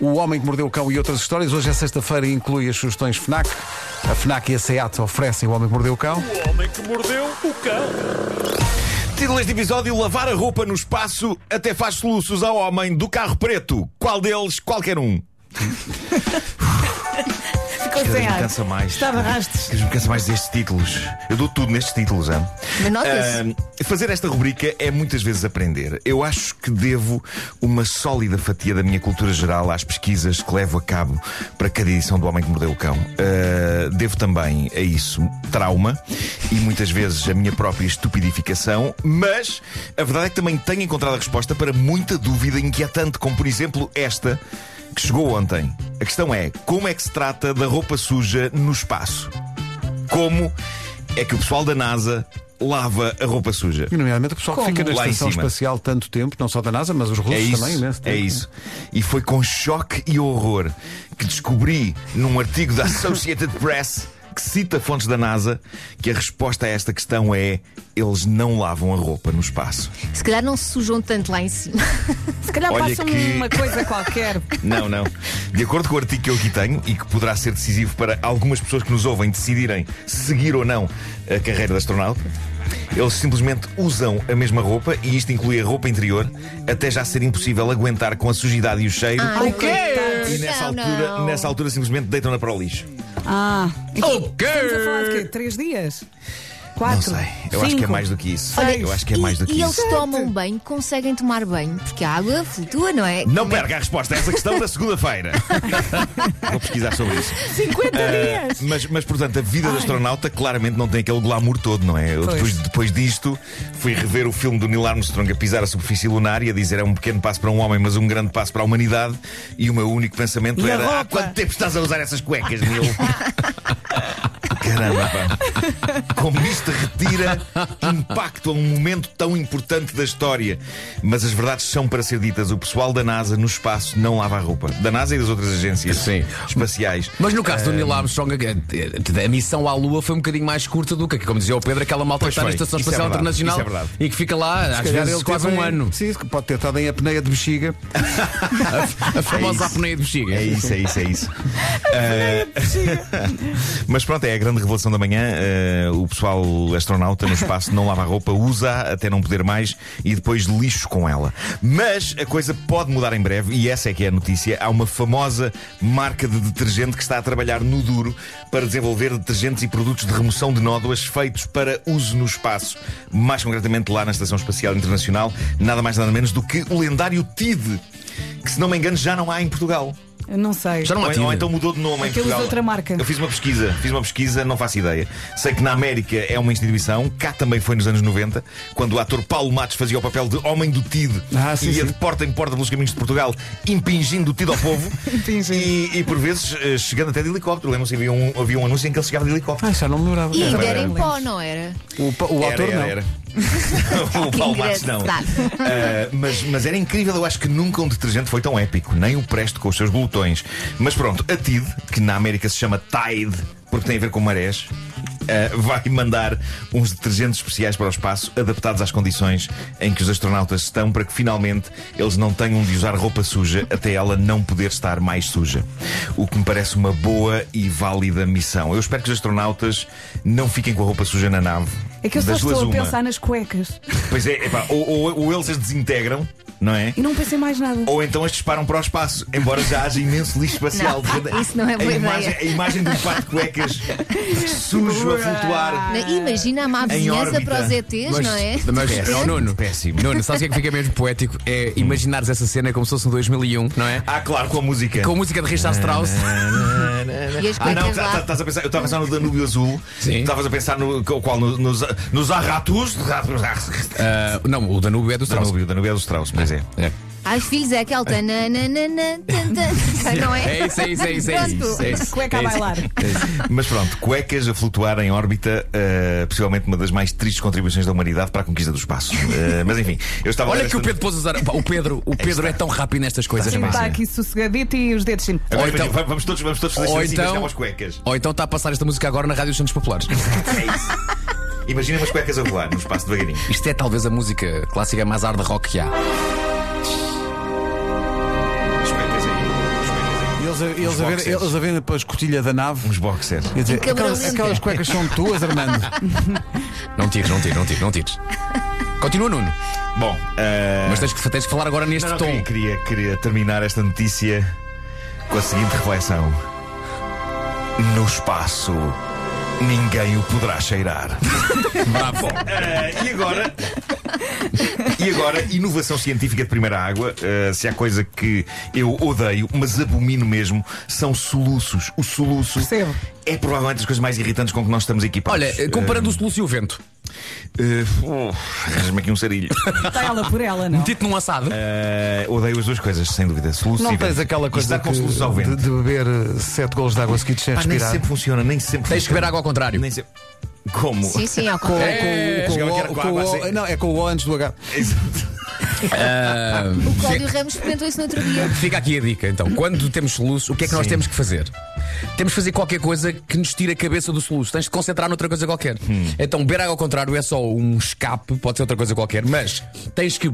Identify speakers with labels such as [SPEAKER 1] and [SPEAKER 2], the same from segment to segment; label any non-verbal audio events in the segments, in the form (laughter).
[SPEAKER 1] O Homem que Mordeu o Cão e outras histórias. Hoje é sexta-feira e inclui as sugestões FNAC. A FNAC e a SEAT oferecem O Homem que Mordeu o Cão.
[SPEAKER 2] O homem que mordeu o cão.
[SPEAKER 3] Título deste episódio: Lavar a roupa no espaço até faz soluços ao homem do carro preto. Qual deles? Qualquer um. Cada
[SPEAKER 4] Ficou sem
[SPEAKER 3] vez me
[SPEAKER 4] ar.
[SPEAKER 3] cansa mais.
[SPEAKER 4] Estava rastes.
[SPEAKER 3] Cada vez me cansa mais destes títulos. Eu dou tudo nestes títulos, hã?
[SPEAKER 4] Mas notas?
[SPEAKER 3] Ah, fazer esta rubrica é muitas vezes aprender. Eu acho que devo uma sólida fatia da minha cultura geral às pesquisas que levo a cabo para cada edição do Homem que Mordeu o Cão. Ah, devo também a isso trauma e muitas vezes a minha própria estupidificação, mas a verdade é que também tenho encontrado a resposta para muita dúvida inquietante, como por exemplo esta que chegou ontem. A questão é: como é que se trata da roupa suja no espaço? Como é que o pessoal da NASA lava a roupa suja?
[SPEAKER 1] E, nomeadamente, o pessoal que
[SPEAKER 4] Como?
[SPEAKER 1] fica na
[SPEAKER 3] Lá em
[SPEAKER 1] Estação
[SPEAKER 3] cima.
[SPEAKER 1] Espacial tanto tempo, não só da NASA, mas os russos
[SPEAKER 3] É isso,
[SPEAKER 1] também, imenso
[SPEAKER 3] é
[SPEAKER 1] tempo.
[SPEAKER 3] isso. E foi com choque e horror que descobri num artigo da (laughs) Associated Press que cita fontes da NASA que a resposta a esta questão é eles não lavam a roupa no espaço.
[SPEAKER 5] Se calhar não se sujam tanto lá em cima.
[SPEAKER 4] (laughs) Se calhar
[SPEAKER 3] Olha
[SPEAKER 4] passa
[SPEAKER 3] que-
[SPEAKER 4] uma
[SPEAKER 3] (laughs)
[SPEAKER 4] coisa qualquer.
[SPEAKER 3] Não, não. De acordo com o artigo que eu aqui tenho e que poderá ser decisivo para algumas pessoas que nos ouvem decidirem seguir ou não a carreira de astronauta, eles simplesmente usam a mesma roupa e isto inclui a roupa interior até já ser impossível aguentar com a sujidade e o cheiro.
[SPEAKER 5] Ai, coitados.
[SPEAKER 3] E nessa
[SPEAKER 5] Não,
[SPEAKER 3] altura,
[SPEAKER 5] Ah, não.
[SPEAKER 3] nessa altura simplesmente deitam-na para o lixo.
[SPEAKER 4] Ah, estamos a falar de quê?
[SPEAKER 1] Ok!
[SPEAKER 4] Três dias?
[SPEAKER 3] Não
[SPEAKER 4] Quatro?
[SPEAKER 3] sei. Eu acho que é
[SPEAKER 4] Cinco?
[SPEAKER 3] mais do que isso.
[SPEAKER 4] Olha,
[SPEAKER 3] Eu acho que é mais do que
[SPEAKER 5] e eles
[SPEAKER 3] isso.
[SPEAKER 5] tomam banho, conseguem tomar banho, porque a água flutua, não é?
[SPEAKER 3] Não perca a resposta a essa questão da
[SPEAKER 5] (laughs)
[SPEAKER 3] segunda-feira. Vou pesquisar sobre isso.
[SPEAKER 4] 50
[SPEAKER 3] Ah,
[SPEAKER 4] dias!
[SPEAKER 3] mas, mas, portanto, a vida do astronauta claramente não tem aquele glamour todo, não é? Eu
[SPEAKER 4] Pois.
[SPEAKER 3] depois, depois disto, fui rever o filme do Neil Armstrong a pisar a superfície lunar e a dizer é um pequeno passo para um homem, mas um grande passo para a humanidade. E o meu único pensamento
[SPEAKER 4] E a
[SPEAKER 3] era: há
[SPEAKER 4] roupa?
[SPEAKER 3] quanto tempo estás a usar essas cuecas,
[SPEAKER 4] (laughs)
[SPEAKER 3] Neil? Caramba, pá. Como isto retira impacto a um momento tão importante da história. Mas as verdades são para ser ditas. O pessoal da NASA no espaço não lava a roupa. Da NASA e das outras agências
[SPEAKER 6] Sim.
[SPEAKER 3] espaciais.
[SPEAKER 6] Mas no caso do Neil Armstrong, a, a- a missão à Lua foi um bocadinho mais curta do que, como dizia o Pedro, aquela malta
[SPEAKER 3] Pois
[SPEAKER 6] que está na
[SPEAKER 3] foi.
[SPEAKER 6] Estação
[SPEAKER 3] Isso é
[SPEAKER 6] Espacial
[SPEAKER 3] verdade, isso é
[SPEAKER 6] Internacional
[SPEAKER 3] verdade.
[SPEAKER 6] e que fica lá, às
[SPEAKER 1] calhar
[SPEAKER 6] vezes,
[SPEAKER 1] ele
[SPEAKER 6] quase
[SPEAKER 1] teve
[SPEAKER 6] um
[SPEAKER 1] em-
[SPEAKER 6] ano.
[SPEAKER 1] Sim, pode ter estado em apneia de bexiga.
[SPEAKER 6] A famosa
[SPEAKER 3] É isso.
[SPEAKER 6] apneia de bexiga.
[SPEAKER 3] É isso, é isso, é isso. Ah, (laughs) Mas pronto, é a grande revelação da manhã. Ah, o pessoal astronauta no espaço não lava a roupa, usa até não poder mais e depois lixo com ela. Mas a coisa pode mudar em breve e essa é que é a notícia. Há uma famosa marca de detergente que está a trabalhar no duro para desenvolver detergentes e produtos de remoção de nódoas feitos para uso no espaço, mais concretamente lá na Estação Espacial Internacional, nada mais nada menos do que o lendário TID, que se não me engano já não há em Portugal.
[SPEAKER 4] Eu Não sei.
[SPEAKER 6] Já não há
[SPEAKER 3] Ou, ou
[SPEAKER 6] tido.
[SPEAKER 3] então mudou de nome em
[SPEAKER 4] Aquilo
[SPEAKER 3] Portugal.
[SPEAKER 4] de outra marca.
[SPEAKER 3] Eu fiz uma pesquisa, fiz uma pesquisa, não faço ideia. Sei que na América é uma instituição, cá também foi nos anos 90, quando o ator Paulo Matos fazia o papel de homem do TID
[SPEAKER 1] Ah, sim,
[SPEAKER 3] e ia
[SPEAKER 1] sim.
[SPEAKER 3] de porta em porta pelos caminhos de Portugal, impingindo o TID
[SPEAKER 1] (laughs)
[SPEAKER 3] ao povo
[SPEAKER 4] Impingindo.
[SPEAKER 3] e, e por vezes eh, chegando até de helicóptero. Lembram-se havia um, havia um anúncio em que ele chegava de helicóptero.
[SPEAKER 1] Ah, já não me lembrava.
[SPEAKER 5] E ainda
[SPEAKER 3] Também
[SPEAKER 5] era em
[SPEAKER 3] não é
[SPEAKER 5] pó, não era?
[SPEAKER 1] O, pa- o autor não.
[SPEAKER 3] (laughs) o Paulo Matos não.
[SPEAKER 5] engraçado.
[SPEAKER 3] (laughs) Ah, mas, mas era incrível, eu acho que nunca um detergente foi tão épico, nem o presto com os seus glutões. Mas pronto, a TID, que na América se chama Tide, porque tem a ver com marés. ah, vai mandar uns detergentes especiais para o espaço, adaptados às condições em que os astronautas estão, para que finalmente eles não tenham de usar roupa suja até ela não poder estar mais suja. O que me parece uma boa e válida missão. Eu espero que os astronautas não fiquem com a roupa suja na nave.
[SPEAKER 4] É que eu só
[SPEAKER 3] Das duas,
[SPEAKER 4] estou a
[SPEAKER 3] uma.
[SPEAKER 4] pensar nas cuecas.
[SPEAKER 3] Pois é, epá, ou, ou, ou eles as desintegram, não é?
[SPEAKER 4] E não pensei mais nada.
[SPEAKER 3] Ou então as disparam para o espaço, embora já haja imenso lixo espacial.
[SPEAKER 5] Não,
[SPEAKER 3] Portanto,
[SPEAKER 5] (laughs) isso não é
[SPEAKER 3] a
[SPEAKER 5] boa
[SPEAKER 3] imagem,
[SPEAKER 5] ideia.
[SPEAKER 3] a imagem do par de cuecas sujo a
[SPEAKER 4] Ah.
[SPEAKER 3] flutuar.
[SPEAKER 5] Não, Imagina a má vizinhança
[SPEAKER 3] órbita.
[SPEAKER 5] para os ETs, não é?
[SPEAKER 6] mas
[SPEAKER 3] Péssimo.
[SPEAKER 6] oh, Nuno,
[SPEAKER 3] Péssimo. Hum.
[SPEAKER 6] Nuno, sabes o que é que fica mesmo poético? É imaginares essa cena como se fosse um 2001, não é?
[SPEAKER 3] Ah, claro, com a música.
[SPEAKER 6] Com a música de Richard Strauss.
[SPEAKER 5] E as
[SPEAKER 3] Ah, não,
[SPEAKER 5] coisas
[SPEAKER 3] tá- tá-
[SPEAKER 5] lá.
[SPEAKER 3] estás a pensar, eu estava a pensar no Danúbio Azul.
[SPEAKER 6] Sim.
[SPEAKER 3] Estavas a pensar no co- qual? No- Nos, nos arratus.
[SPEAKER 6] Ah, não, o Danúbio é do Strauss.
[SPEAKER 3] Danúbio, Danúbio é dos Strauss, pois é.
[SPEAKER 6] É.
[SPEAKER 5] (laughs) Ai, filhos, é aquela. tananana, tan, tan, (laughs) Não é?
[SPEAKER 6] É isso, é isso, é isso, é isso,
[SPEAKER 5] Pronto.
[SPEAKER 6] é isso.
[SPEAKER 4] Cueca
[SPEAKER 6] É
[SPEAKER 4] a
[SPEAKER 6] isso.
[SPEAKER 4] bailar.
[SPEAKER 3] (laughs) Mas pronto, cuecas a flutuar em órbita, eh, possivelmente uma das mais tristes contribuições da humanidade para a conquista do espaço. Eh, mas enfim, eu estava a
[SPEAKER 6] Olha
[SPEAKER 3] ler
[SPEAKER 6] que o
[SPEAKER 3] esta-
[SPEAKER 6] Pedro pôs a usar. Pá, O Pedro, o Pedro é tão rápido nestas coisas,
[SPEAKER 4] Sim,
[SPEAKER 6] pá.
[SPEAKER 4] está aqui sossegadito e os dedos sempre.
[SPEAKER 3] Agora
[SPEAKER 6] Ou então-
[SPEAKER 3] imagina, va- vamos todos, vamos todos fazer
[SPEAKER 6] Ou
[SPEAKER 3] assim, mas
[SPEAKER 6] então,
[SPEAKER 3] com as cuecas.
[SPEAKER 6] ou então está a passar esta música agora na Rádio dos Santos Populares.
[SPEAKER 3] É isso. Imagina umas cuecas a voar no espaço devagarinho.
[SPEAKER 6] Isto é talvez a música clássica mais hard rock que há.
[SPEAKER 3] As cuecas aí.
[SPEAKER 1] eles,
[SPEAKER 3] as
[SPEAKER 1] a, eles,
[SPEAKER 3] Uns
[SPEAKER 1] a ver,
[SPEAKER 3] boxers.
[SPEAKER 1] eles a verem para a escotilha da nave.
[SPEAKER 3] Uns boxers.
[SPEAKER 1] E a dizer,
[SPEAKER 5] Um
[SPEAKER 1] aquelas,
[SPEAKER 5] cabralhinho.
[SPEAKER 1] aquelas cuecas são tuas,
[SPEAKER 3] (laughs)
[SPEAKER 1] Hernando.
[SPEAKER 6] Não tires, não tires, não tires, não tires. Continua, Nuno.
[SPEAKER 3] Bom, eh,
[SPEAKER 6] Mas tens que, tens que falar agora neste
[SPEAKER 3] não, não,
[SPEAKER 6] tom.
[SPEAKER 3] queria, queria, queria terminar esta notícia com a seguinte reflexão: No espaço, ninguém o poderá cheirar.
[SPEAKER 6] (laughs) Bravo.
[SPEAKER 3] Eh, e agora? E agora, inovação científica de primeira água. Eh, se há coisa que eu odeio, mas abomino mesmo, são soluços. O soluço
[SPEAKER 4] Percebo.
[SPEAKER 3] é provavelmente as coisas mais irritantes com que nós estamos equipados.
[SPEAKER 6] Olha, eh, comparando o soluço e o vento,
[SPEAKER 3] Eh, eh, Arranja-me aqui um sarilho.
[SPEAKER 4] Está ela por ela, não?
[SPEAKER 6] metido num assado.
[SPEAKER 3] Eh, odeio as duas coisas, sem dúvida. Soluço
[SPEAKER 1] Não
[SPEAKER 3] e
[SPEAKER 1] tens
[SPEAKER 3] vento.
[SPEAKER 1] aquela
[SPEAKER 3] Isto
[SPEAKER 1] coisa
[SPEAKER 3] Está com
[SPEAKER 1] que-
[SPEAKER 3] soluço ao
[SPEAKER 1] de,
[SPEAKER 3] vento.
[SPEAKER 1] de beber 7 golos de água seguidos sem
[SPEAKER 3] Pá, nem
[SPEAKER 1] respirar.
[SPEAKER 3] sempre funciona, nem sempre
[SPEAKER 6] Tens que beber
[SPEAKER 3] funciona.
[SPEAKER 6] água ao contrário.
[SPEAKER 3] Nem sempre. Como?
[SPEAKER 5] Sim, sim, ao
[SPEAKER 1] Com,
[SPEAKER 5] contrário.
[SPEAKER 6] eh,
[SPEAKER 1] com- com
[SPEAKER 3] chegava
[SPEAKER 1] o-
[SPEAKER 3] que era com
[SPEAKER 1] com
[SPEAKER 3] água
[SPEAKER 1] o-
[SPEAKER 3] assim.
[SPEAKER 1] Não, é com o O antes do H.
[SPEAKER 3] Exato.
[SPEAKER 5] O Cláudio Ramos comentou isso no outro dia.
[SPEAKER 6] Fica aqui a dica, então. Quando temos soluço, o que é que nós
[SPEAKER 3] Sim.
[SPEAKER 6] temos que fazer? Temos que fazer qualquer coisa que nos tire a cabeça do soluço. Tens de concentrar noutra coisa qualquer.
[SPEAKER 3] Hum.
[SPEAKER 6] Então, beber água ao contrário é só um escape, pode ser outra coisa qualquer, mas tens que. eh,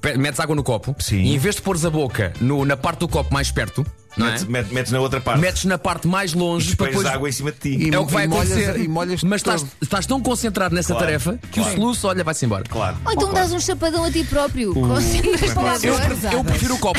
[SPEAKER 6] pe- metes água no copo
[SPEAKER 3] Sim.
[SPEAKER 6] e em vez de pôres a boca no- na parte do copo mais perto, não é?
[SPEAKER 3] Metes, mete- metes na outra parte.
[SPEAKER 6] metes na parte mais longe para
[SPEAKER 3] depois
[SPEAKER 6] depois.
[SPEAKER 3] água em cima de ti.
[SPEAKER 1] E-
[SPEAKER 6] É o que vai
[SPEAKER 1] e molhas-
[SPEAKER 6] acontecer.
[SPEAKER 1] e molhas
[SPEAKER 6] mas
[SPEAKER 1] todo.
[SPEAKER 6] estás, estás tão concentrado nessa
[SPEAKER 3] Claro,
[SPEAKER 6] tarefa que
[SPEAKER 3] claro.
[SPEAKER 6] o soluço, olha, vai-se embora.
[SPEAKER 3] Claro.
[SPEAKER 5] Ou então dás um chapadão a ti próprio. assim Concentras para
[SPEAKER 4] Eu-
[SPEAKER 5] agora.
[SPEAKER 6] Eu prefiro o copo.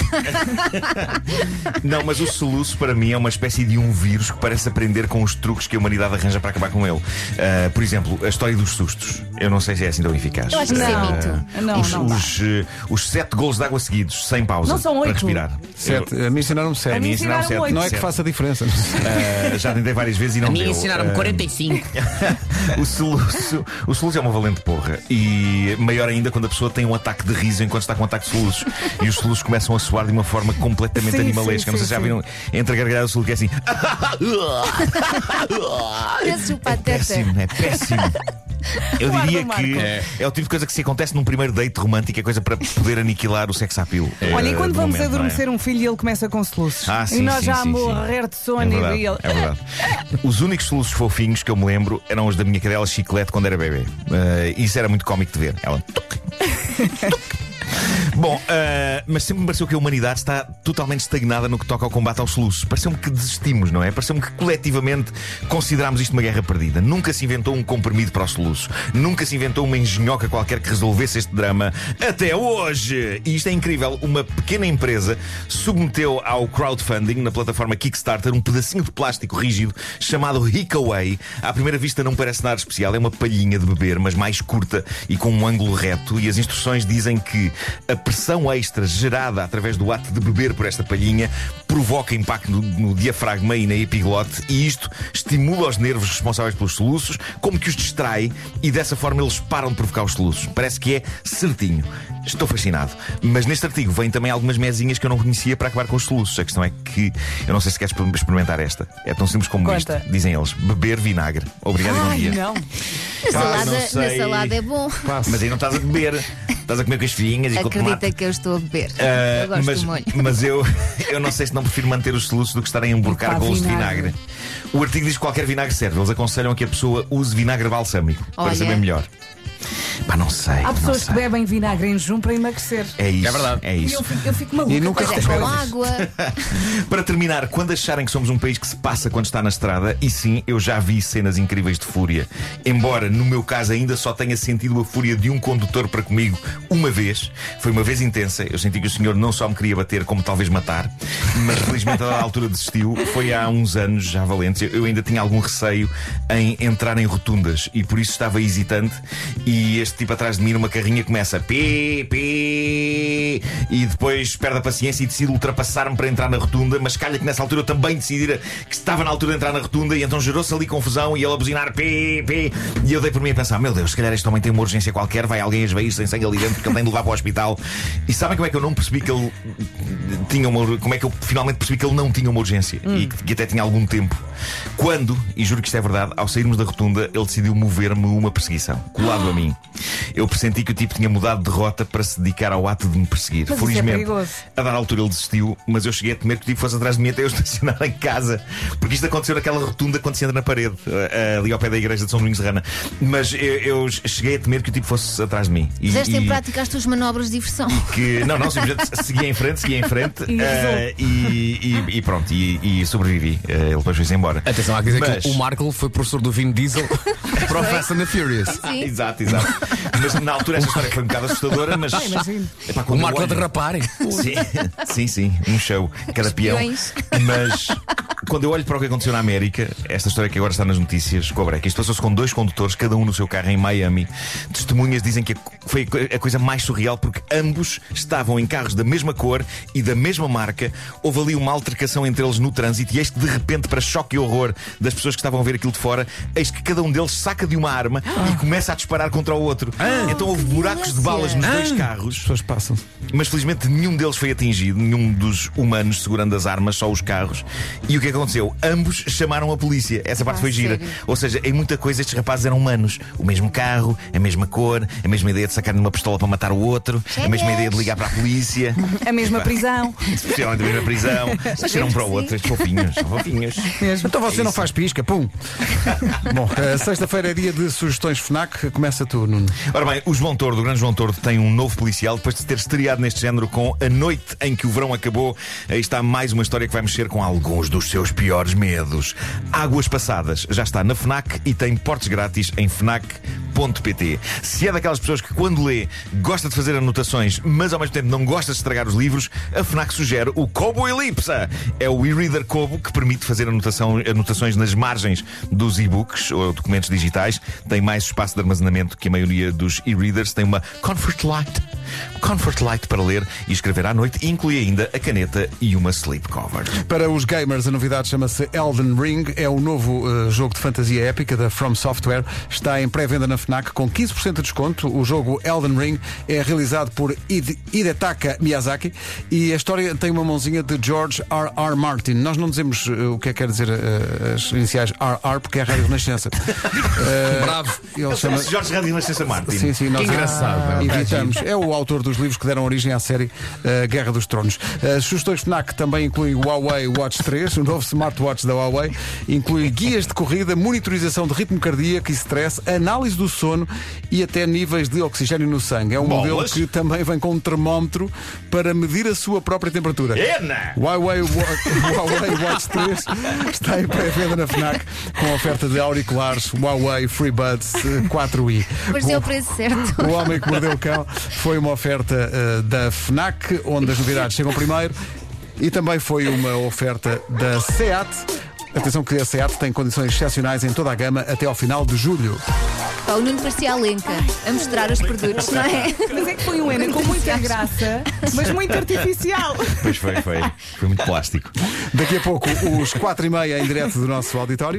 [SPEAKER 3] Não, mas o soluço para mim é uma espécie de um vírus que parece aprender com os truques que a humanidade arranja para acabar com ele. Ah, por exemplo, a história dos sustos. Eu não sei se é assim tão eficaz.
[SPEAKER 5] Eu acho que sim,
[SPEAKER 3] Ah,
[SPEAKER 5] minto.
[SPEAKER 4] Não,
[SPEAKER 3] os,
[SPEAKER 4] não dá.
[SPEAKER 3] os, eh, os sete golos de água seguidos, sem pausa.
[SPEAKER 4] Não são
[SPEAKER 3] Para
[SPEAKER 4] oito.
[SPEAKER 3] respirar.
[SPEAKER 1] Sete. A mim ensinaram-me
[SPEAKER 4] A mim
[SPEAKER 1] 7.
[SPEAKER 3] ensinaram
[SPEAKER 4] ensinaram
[SPEAKER 3] sete.
[SPEAKER 1] Não
[SPEAKER 4] oito.
[SPEAKER 1] é que
[SPEAKER 3] Sete.
[SPEAKER 1] faça diferença.
[SPEAKER 3] Ah, já tentei várias vezes e não deu.
[SPEAKER 6] eh,
[SPEAKER 3] Ah,
[SPEAKER 6] 45.
[SPEAKER 3] O soluço, o soluço é uma valente porra. E maior ainda quando a pessoa tem um ataque de riso enquanto está com um ataque de soluços. E os soluços começam a soar de uma forma completamente
[SPEAKER 4] Sim,
[SPEAKER 3] animalesca.
[SPEAKER 4] sim,
[SPEAKER 3] não sei
[SPEAKER 4] sim,
[SPEAKER 3] se já
[SPEAKER 4] sim.
[SPEAKER 3] viram entre gargalhada o soluço que é assim.
[SPEAKER 5] Esse o pateta.
[SPEAKER 3] Péssimo, é péssimo.
[SPEAKER 4] (laughs)
[SPEAKER 3] Eu
[SPEAKER 4] Guarda,
[SPEAKER 3] diria
[SPEAKER 4] Marco.
[SPEAKER 3] que é. o tipo de coisa que se acontece num primeiro date romântico, é coisa para poder aniquilar o sex appeal.
[SPEAKER 4] Olha,
[SPEAKER 3] eh,
[SPEAKER 4] e quando
[SPEAKER 3] do momento,
[SPEAKER 4] vamos
[SPEAKER 3] não é?
[SPEAKER 4] adormecer um filho e ele começa com soluços?
[SPEAKER 3] Ah, sim,
[SPEAKER 4] e nós
[SPEAKER 3] sim,
[SPEAKER 4] já
[SPEAKER 3] sim,
[SPEAKER 4] a
[SPEAKER 3] sim.
[SPEAKER 4] morrer de
[SPEAKER 3] É
[SPEAKER 4] sono
[SPEAKER 3] verdade,
[SPEAKER 4] e ele.
[SPEAKER 3] é verdade. Os únicos soluços fofinhos que eu me lembro eram os da minha cadela chiclete quando era bebê. Eh, isso era muito cómico de ver. Ela. tuc, tuc. Bom, eh, mas sempre me pareceu que a humanidade está totalmente estagnada no que toca ao combate ao soluço. Pareceu-me que desistimos, não é? Pareceu-me que coletivamente considerámos isto uma guerra perdida. Nunca se inventou um comprimido para o soluço. Nunca se inventou uma engenhoca qualquer que resolvesse este drama. Até hoje! E isto é incrível. Uma pequena empresa submeteu ao crowdfunding, na plataforma Kickstarter, um pedacinho de plástico rígido chamado Hickaway. À primeira vista não parece nada especial. É uma palhinha de beber, mas mais curta e com um ângulo reto. E as instruções dizem que a pressão extra gerada através do ato de beber por esta palhinha provoca impacto no, no diafragma e na epiglote. E isto estimula os nervos responsáveis pelos soluços, como que os distrai e dessa forma eles param de provocar os soluços. Parece que é certinho. Estou fascinado. Mas neste artigo vêm também algumas mesinhas que eu não conhecia para acabar com os soluços. A questão é que eu não sei se queres experimentar esta. É tão simples como
[SPEAKER 4] Conta.
[SPEAKER 3] isto. Dizem eles: beber vinagre. Obrigado e bom
[SPEAKER 4] Ai,
[SPEAKER 3] É um dia.
[SPEAKER 4] não.
[SPEAKER 5] Na
[SPEAKER 3] Pá,
[SPEAKER 5] salada,
[SPEAKER 3] não
[SPEAKER 5] na
[SPEAKER 3] sei.
[SPEAKER 5] salada é bom.
[SPEAKER 6] (laughs)
[SPEAKER 3] Mas aí não estás a beber. Estás a comer com as filhinhas e com o tomate.
[SPEAKER 5] Acredita que eu estou a beber.
[SPEAKER 3] Ah,
[SPEAKER 5] eu gosto
[SPEAKER 3] mas,
[SPEAKER 5] do molho.
[SPEAKER 3] mas eu, eu não sei se não prefiro manter os soluços do que estar a
[SPEAKER 4] Pá,
[SPEAKER 3] emborcar golos de
[SPEAKER 4] vinagre.
[SPEAKER 3] vinagre. O artigo diz que qualquer vinagre serve. Eles aconselham que a pessoa use vinagre balsâmico para
[SPEAKER 5] Olha.
[SPEAKER 3] saber melhor. Pá, não sei.
[SPEAKER 4] Há
[SPEAKER 3] não
[SPEAKER 4] pessoas que
[SPEAKER 3] sei.
[SPEAKER 4] bebem vinagre em jejum para emagrecer.
[SPEAKER 3] É isso.
[SPEAKER 6] É verdade.
[SPEAKER 3] É
[SPEAKER 4] E eu
[SPEAKER 3] isso.
[SPEAKER 4] fico, eu fico maluca.
[SPEAKER 1] E nunca
[SPEAKER 5] Pois é, com água.
[SPEAKER 3] Para terminar, quando acharem que somos um país que se passa quando está na estrada, e sim, eu já vi cenas incríveis de fúria. Embora, no meu caso, ainda só tenha sentido a fúria de um condutor para comigo uma vez. Foi uma vez intensa. Eu senti que o senhor não só me queria bater, como talvez matar. Mas felizmente, a dada altura, desistiu. Foi há uns anos, já valentes. Eu ainda tinha algum receio em entrar em rotundas e por isso estava hesitante. E este tipo atrás de mim, numa carrinha, começa pi, pi, e depois perde a paciência e decide ultrapassar-me para entrar na rotunda. Mas calha que nessa altura eu também decidira que estava na altura de entrar na rotunda e então gerou-se ali confusão e ele a buzinar pi, pi. E eu dei por mim a pensar: meu Deus, se calhar este homem tem uma urgência qualquer, vai alguém esvair isto sem sangue ali dentro porque ele tem de levar para o hospital. E sabem como é que eu não percebi que ele tinha uma ur- como é que eu finalmente percebi que ele não tinha uma urgência
[SPEAKER 4] Hum.
[SPEAKER 3] e que, que até tinha algum tempo. Quando, e juro que isto é verdade, ao sairmos da rotunda, ele decidiu mover-me uma perseguição, colado a mim. Eu pressenti que o tipo tinha mudado de rota para se dedicar ao ato de me perseguir perseguir.
[SPEAKER 4] Mas isso é
[SPEAKER 3] Felizmente,
[SPEAKER 4] perigoso.
[SPEAKER 3] a dar altura ele desistiu, mas eu cheguei a temer que o tipo fosse atrás de mim até eu (laughs) estacionar em casa, porque isto aconteceu naquela rotunda quando se entra na parede, eh, ali ao pé da igreja de São Domingos de Rana. Mas eu, eu cheguei a temer que o tipo fosse atrás de mim. E-
[SPEAKER 5] Puseste em
[SPEAKER 3] e-
[SPEAKER 5] prática as tuas manobras de diversão.
[SPEAKER 3] (laughs) que não, não, simplesmente (laughs) seguia em frente, seguia em frente
[SPEAKER 4] E
[SPEAKER 3] eh, e, e- e pronto, e, e sobrevivi. Eh, ele depois foi-se embora.
[SPEAKER 6] Atenção, há que dizer
[SPEAKER 3] Mas-
[SPEAKER 6] que o Marco foi professor do Vin (laughs) Diesel para o Fast and the Furious.
[SPEAKER 5] Sim.
[SPEAKER 3] Exato, exato. Mas na altura esta história foi um bocado assustadora, mas.
[SPEAKER 4] imagino.
[SPEAKER 3] Epá,
[SPEAKER 6] O
[SPEAKER 3] quando
[SPEAKER 6] Marco a
[SPEAKER 3] eu olho-
[SPEAKER 6] derrapar.
[SPEAKER 3] (laughs) Sim, sim, sim, um show, cada peão.
[SPEAKER 5] peões.
[SPEAKER 3] Mas quando eu olho para o que aconteceu na América, esta história que agora está nas notícias, com a breca, isto passou-se com dois condutores, cada um no seu carro em Miami. Testemunhas dizem que foi a coisa mais surreal porque ambos estavam em carros da mesma cor e da mesma marca. Houve ali uma altercação entre eles no trânsito e este, de repente, para choque e horror das pessoas que estavam a ver aquilo de fora, eis que cada um deles saca de uma arma e começa a disparar contra o outro. então houve buracos de balas nos dois carros.
[SPEAKER 1] pessoas passam.
[SPEAKER 3] Mas felizmente nenhum deles foi atingido, nenhum dos humanos segurando as armas, só os carros. E o que é que aconteceu? Ambos chamaram a polícia. Essa parte
[SPEAKER 5] Ah,
[SPEAKER 3] foi gira.
[SPEAKER 5] sério?
[SPEAKER 3] Ou seja, em muita coisa estes rapazes eram humanos. O mesmo carro, a mesma cor, a mesma ideia de sacar uma pistola para matar o outro, a mesma
[SPEAKER 5] Gêmeos.
[SPEAKER 3] ideia de ligar para a
[SPEAKER 5] (laughs)
[SPEAKER 3] polícia,
[SPEAKER 4] A mesma prisão.
[SPEAKER 3] especialmente da mesma prisão. Nasceram um para o
[SPEAKER 5] assim.
[SPEAKER 3] outro, estes fofinhos, são
[SPEAKER 5] (laughs)
[SPEAKER 3] fofinhos.
[SPEAKER 4] Mesmo.
[SPEAKER 1] Então você não faz pisca, pum. Bom, eh, sexta-feira é dia de sugestões FNAC. Começa tu, Nuno.
[SPEAKER 3] Ora bem, o João Tordo, o grande João Tordo, tem um novo policial depois de se ter estreado neste género com A Noite em que o Verão Acabou. Aí está mais uma história que vai mexer com alguns dos seus piores medos. Águas Passadas já está na Fnac e tem portes grátis em fnac.pt. Se é daquelas pessoas que quando lê gosta de fazer anotações, mas ao mesmo tempo não gosta de estragar os livros, a Fnac sugere o Kobo Elipsa. É o e-reader Kobo que permite fazer anotação- anotações nas margens dos e-books ou documentos digitais. Tem mais espaço de armazenamento que a maioria dos e-readers. Tem uma Comfort Light. Comfort Light para ler e escrever à noite e inclui ainda a caneta e uma sleep cover.
[SPEAKER 1] Para os gamers, a novidade chama-se Elden Ring. É o novo eh, jogo de fantasia épica da From Software. Está em pré-venda na FNAC com 15% de desconto. O jogo Elden Ring é realizado por Hide- Hidetaka Miyazaki e a história tem uma mãozinha de George R.R. Martin. Nós não dizemos eh, o que é que quer dizer eh, as iniciais R.R. porque é a Rádio Renascença. Eh,
[SPEAKER 6] Bravo.
[SPEAKER 1] ele chama...
[SPEAKER 3] Jorge Rádio Nascença Martin.
[SPEAKER 1] Sim, sim, nós
[SPEAKER 6] Que engraçado.
[SPEAKER 1] Ah, evitamos. É o autor dos livros que deram origem à série eh, Guerra dos Tronos. As sugestões FNAC também incluem o Huawei Watch 3, o novo smartwatch da Huawei, inclui guias de corrida, monitorização de ritmo cardíaco e stress, análise do sono e até níveis de oxigênio no sangue. É um
[SPEAKER 3] Bolas.
[SPEAKER 1] modelo que também vem com um termómetro para medir a sua própria temperatura.
[SPEAKER 3] Ena!
[SPEAKER 1] Huawei, Wa- (laughs) Huawei Watch 3 está em pré-venda na FNAC com oferta de auriculares Huawei FreeBuds eh, 4i.
[SPEAKER 5] Pareceu é o preço certo.
[SPEAKER 1] O Homem que Mordeu o Cão foi uma oferta eh, da FNAC, onde as novidades chegam primeiro, e também foi uma oferta da SEAT. Atenção que a SEAT tem condições excepcionais em toda a gama até ao final de julho.
[SPEAKER 5] Pá, o Nuno parecia a lenca a mostrar os produtos, não é?
[SPEAKER 4] Mas é que foi um Ena com muita graça, mas muito artificial.
[SPEAKER 3] Pois foi, foi. Foi muito plástico.
[SPEAKER 1] Daqui a pouco, os 4 e meia em direto do nosso auditório.